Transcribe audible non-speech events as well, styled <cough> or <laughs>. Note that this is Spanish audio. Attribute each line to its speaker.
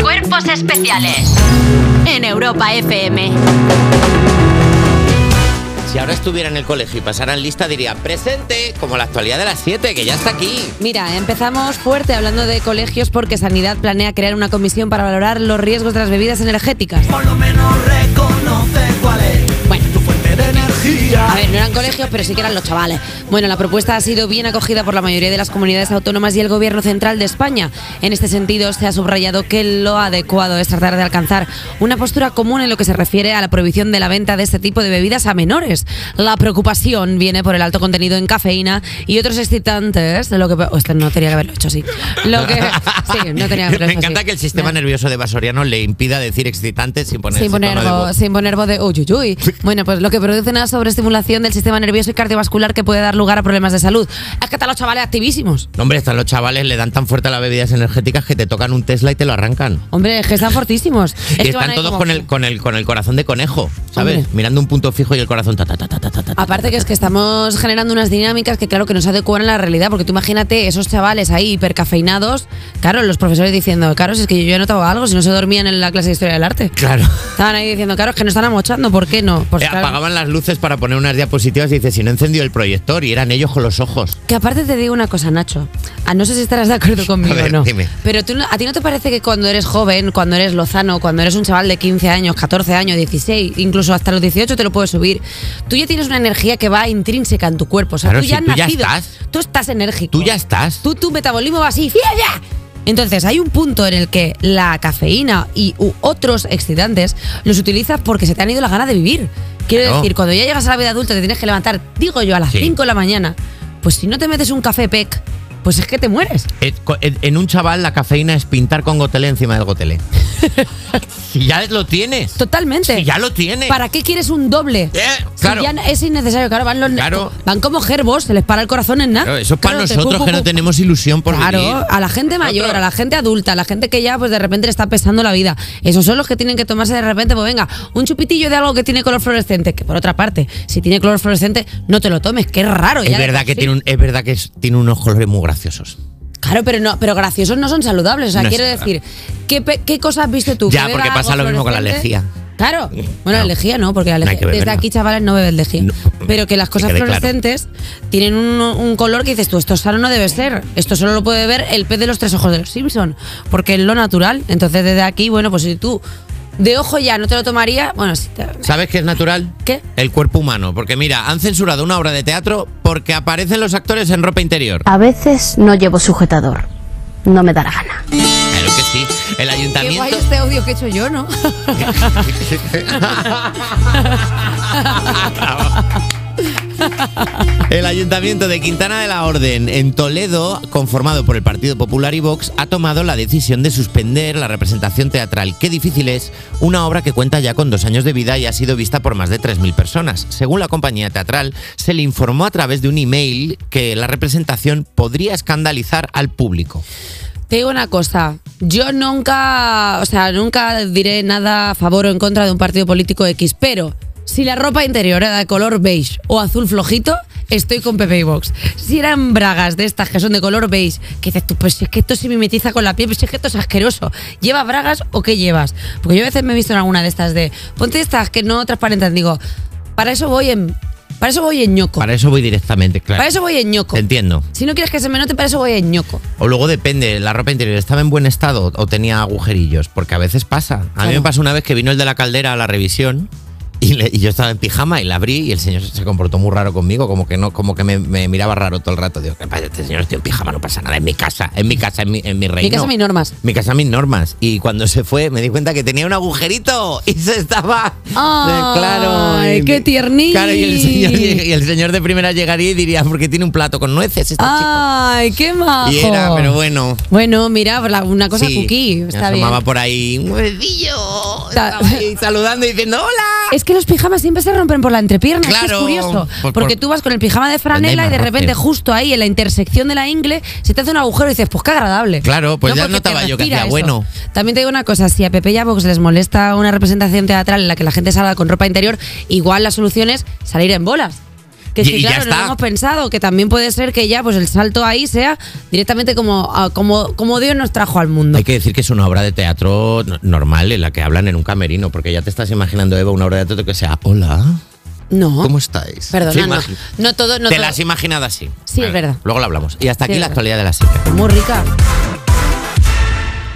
Speaker 1: Cuerpos especiales en Europa FM.
Speaker 2: Si ahora estuviera en el colegio y pasaran lista, diría presente, como la actualidad de las 7, que ya está aquí.
Speaker 3: Mira, empezamos fuerte hablando de colegios porque Sanidad planea crear una comisión para valorar los riesgos de las bebidas energéticas.
Speaker 4: Por lo menos reconoce cuál es
Speaker 3: Bueno.
Speaker 4: tu fuente de energía.
Speaker 3: A ver, no eran colegios, pero sí que eran los chavales. Bueno, la propuesta ha sido bien acogida por la mayoría de las comunidades autónomas y el Gobierno Central de España. En este sentido, se ha subrayado que lo adecuado es tratar de alcanzar una postura común en lo que se refiere a la prohibición de la venta de este tipo de bebidas a menores. La preocupación viene por el alto contenido en cafeína y otros excitantes, lo que... oh, esto no tenía que haberlo hecho así.
Speaker 2: <laughs>
Speaker 3: Lo que... Sí, no tenía que haberlo hecho
Speaker 2: Me encanta
Speaker 3: así.
Speaker 2: que el sistema
Speaker 3: Me-
Speaker 2: nervioso de Vasoriano le impida decir excitante sin poner
Speaker 3: sin
Speaker 2: ese
Speaker 3: poner,
Speaker 2: tono de
Speaker 3: voz,
Speaker 2: voz.
Speaker 3: sin poner voz de uy, uy, uy. Bueno, pues lo que produce una sobreestimulación del sistema nervioso y cardiovascular que puede dar lugar a problemas de salud. Es que están los chavales activísimos.
Speaker 2: No, hombre, están los chavales, le dan tan fuerte a las bebidas energéticas que te tocan un Tesla y te lo arrancan.
Speaker 3: Hombre, es que
Speaker 2: <laughs>
Speaker 3: están fortísimos. Es
Speaker 2: y
Speaker 3: que
Speaker 2: están
Speaker 3: van ahí
Speaker 2: todos
Speaker 3: como-
Speaker 2: con el, con, el, con el corazón de conejo, ¿sabes?
Speaker 3: Hombre.
Speaker 2: Mirando un punto fijo y el corazón ta, ta, ta, ta, ta, ta, ta, ta.
Speaker 3: Aparte que es que estamos generando unas dinámicas que claro que no se adecuan a la realidad, porque tú imagínate esos chavales ahí hipercafeinados, claro, los profesores diciendo, claro, si es que yo ya he notado algo, si no se dormían en la clase de historia del arte.
Speaker 2: Claro.
Speaker 3: Estaban ahí diciendo, claro, es que no están amochando, ¿por qué no? Pues
Speaker 2: Eh,
Speaker 3: claro.
Speaker 2: Apagaban las luces para poner unas diapositivas y dice, si no encendió el proyector, y eran ellos con los ojos.
Speaker 3: Que aparte te digo una cosa, Nacho. A no sé si estarás de acuerdo conmigo
Speaker 2: <laughs> A ver,
Speaker 3: o no.
Speaker 2: dime.
Speaker 3: Pero tú, no- a ti no te parece que cuando eres joven, cuando eres lozano, cuando eres un chaval de 15 años, 14 años, 16, incluso hasta los 18 te lo puedes subir, tú ya tienes una energía que va intrínseca en tu cuerpo. O sea,
Speaker 2: Claro,
Speaker 3: tú
Speaker 2: si
Speaker 3: ya has
Speaker 2: tú ya
Speaker 3: nacido.
Speaker 2: estás.
Speaker 3: Tú estás enérgico.
Speaker 2: Tú ya estás.
Speaker 3: Tú, tu metabolismo va así. ¡fia, ya! Entonces, hay un punto en el que la cafeína y u otros excitantes los utilizas porque se te han ido las ganas de vivir. Quiero
Speaker 2: Claro.
Speaker 3: decir, cuando ya llegas a la vida adulta, te tienes que levantar, digo yo, a las
Speaker 2: Sí.
Speaker 3: 5 de la mañana. Pues si no te metes un café PEC, pues es que te mueres.
Speaker 2: Eh, co- En en un chaval la cafeína es pintar con gotelé encima del gotelé.
Speaker 3: <laughs>
Speaker 2: si ya lo tienes.
Speaker 3: Totalmente.
Speaker 2: Si ya lo tienes.
Speaker 3: ¿Para qué quieres un doble?
Speaker 2: Eh,
Speaker 3: Si
Speaker 2: claro.
Speaker 3: ya es innecesario, claro, van, los-
Speaker 2: Claro.
Speaker 3: van como gerbos, se les para el corazón en nada.
Speaker 2: Claro, eso es para
Speaker 3: Claro, te
Speaker 2: nosotros
Speaker 3: pu, pu,
Speaker 2: que no
Speaker 3: pu.
Speaker 2: tenemos ilusión por
Speaker 3: Claro, ah,
Speaker 2: vivir.
Speaker 3: a la gente mayor,
Speaker 2: Nosotros-
Speaker 3: a la gente adulta, a la gente que ya pues de repente le está pesando la vida. Esos son los que tienen que tomarse de repente, pues venga, un chupitillo de algo que tiene color fluorescente, que por otra parte, si tiene color fluorescente, no te lo tomes, que es raro. ya
Speaker 2: Es
Speaker 3: de
Speaker 2: verdad
Speaker 3: por
Speaker 2: que
Speaker 3: sí.
Speaker 2: tiene un- es verdad que es- tiene unos colores muy graciosos.
Speaker 3: Claro, pero no, pero graciosos no son saludables. O sea,
Speaker 2: No es
Speaker 3: quiero
Speaker 2: saludable.
Speaker 3: decir, ¿qué, pe- qué cosas has visto tú?
Speaker 2: Ya,
Speaker 3: ¿Que beba
Speaker 2: porque
Speaker 3: algo
Speaker 2: pasa lo mismo con la
Speaker 3: fluorescente?
Speaker 2: lejía.
Speaker 3: Claro. Bueno,
Speaker 2: No.
Speaker 3: la lejía no, porque la
Speaker 2: No hay
Speaker 3: lejía.
Speaker 2: que beberla.
Speaker 3: desde aquí, chavales, no bebes lejía.
Speaker 2: No.
Speaker 3: Pero que las
Speaker 2: Que
Speaker 3: cosas
Speaker 2: quede claro.
Speaker 3: fluorescentes tienen un, un color que dices tú, esto sano no debe ser. Esto solo lo puede ver el pez de los tres ojos de los Simpson, porque es lo natural. Entonces, desde aquí, bueno, pues si tú de ojo ya no te lo tomarías, bueno, si te-
Speaker 2: ¿Sabes qué es natural?
Speaker 3: ¿Qué?
Speaker 2: El cuerpo humano. Porque mira, han censurado una obra de teatro porque aparecen los actores en ropa interior.
Speaker 5: A veces no llevo sujetador. No me da la gana.
Speaker 2: Claro que sí. El
Speaker 3: Qué guay
Speaker 2: ayuntamiento.
Speaker 3: este audio que he hecho yo, ¿no? <laughs>
Speaker 2: <laughs> El Ayuntamiento de Quintana de la Orden, en Toledo, conformado por el Partido Popular y Vox, ha tomado la decisión de suspender la representación teatral Qué difícil es, una obra que cuenta ya con dos años de vida y ha sido vista por más de 3.000 personas. Según la compañía teatral, se le informó a través de un email que la representación podría escandalizar al público.
Speaker 3: Te digo una cosa, yo nunca, o sea, nunca diré nada a favor o en contra de un partido político X, pero si la ropa interior era de color beige o azul flojito, estoy con Pepe y Vox. Si eran bragas de estas que son de color beige, que dices tú, pues si es que esto se mimetiza con la piel, pues si es que esto es asqueroso. ¿Lleva bragas o qué llevas? Porque yo a veces me he visto en alguna de estas de, ponte estas que no transparentan, digo, para eso voy en, para eso voy en ñoco.
Speaker 2: Para eso voy directamente, claro.
Speaker 3: Para eso voy en ñoco.
Speaker 2: Te entiendo.
Speaker 3: Si no quieres que se me note, para eso voy en ñoco.
Speaker 2: O luego depende, la ropa interior estaba en buen estado o tenía agujerillos, porque a veces pasa. A mí me
Speaker 3: Claro.
Speaker 2: pasó una vez que vino el de la caldera a la revisión y, le- y yo estaba en pijama y la abrí y el señor se comportó muy raro conmigo, como que no, como que me, me miraba raro todo el rato. Digo, ¿qué pasa? Este señor estoy en pijama, no pasa nada, en mi casa, en mi casa, en mi, en mi reino.
Speaker 3: Mi casa, mis normas.
Speaker 2: Mi casa, mis normas. Y cuando se fue me di cuenta que tenía un agujerito y se estaba...
Speaker 3: Ay,
Speaker 2: claro. y-
Speaker 3: qué tiernín.
Speaker 2: Claro, y el, señor, y el señor de primera llegaría y diría, porque tiene un plato con nueces este
Speaker 3: Ah,
Speaker 2: chico?".
Speaker 3: Ay, qué majo.
Speaker 2: Y era, pero bueno.
Speaker 3: Bueno, mira, la- una cosa
Speaker 2: Sí,
Speaker 3: cookie,
Speaker 2: me
Speaker 3: está bien.
Speaker 2: asomaba por ahí un huevecillo,
Speaker 3: Está-
Speaker 2: <laughs> estaba ahí
Speaker 3: <laughs>
Speaker 2: saludando y diciendo hola.
Speaker 3: Es que los pijamas siempre se rompen por la entrepierna, es que
Speaker 2: Claro,
Speaker 3: es curioso.
Speaker 2: por- Pues eh.
Speaker 3: porque
Speaker 2: por-
Speaker 3: tú vas con el pijama de
Speaker 2: Donde
Speaker 3: franela
Speaker 2: hay
Speaker 3: y de
Speaker 2: más
Speaker 3: repente
Speaker 2: roce.
Speaker 3: justo ahí en la intersección de la ingle se te hace un agujero y dices, pues qué agradable.
Speaker 2: Claro, pues ya
Speaker 3: Porque te
Speaker 2: notaba yo que
Speaker 3: respira
Speaker 2: hacía bueno.
Speaker 3: También te digo una cosa, si a Pepe y a Vox les molesta una representación teatral en la que la gente salga con ropa interior, igual la solución es salir en bolas. Que
Speaker 2: Y-
Speaker 3: sí,
Speaker 2: y ya
Speaker 3: claro, no
Speaker 2: está.
Speaker 3: lo hemos pensado, que también puede ser que ya pues el salto ahí sea directamente como, ah, como, como Dios nos trajo al mundo.
Speaker 2: Hay que decir que es una obra de teatro n- normal en la que hablan en un camerino, porque ya te estás imaginando, Eva, una obra de teatro que sea, hola,
Speaker 3: No.
Speaker 2: ¿cómo estáis?
Speaker 3: Perdona,
Speaker 2: Sí,
Speaker 3: no.
Speaker 2: imagi-
Speaker 3: No todo, no
Speaker 2: te
Speaker 3: todo.
Speaker 2: la has imaginado así.
Speaker 3: Sí, es
Speaker 2: Venga,
Speaker 3: verdad.
Speaker 2: Luego lo hablamos. Y hasta
Speaker 3: Sí,
Speaker 2: aquí
Speaker 3: es
Speaker 2: la
Speaker 3: verdad.
Speaker 2: actualidad de la 7.
Speaker 3: Muy rica.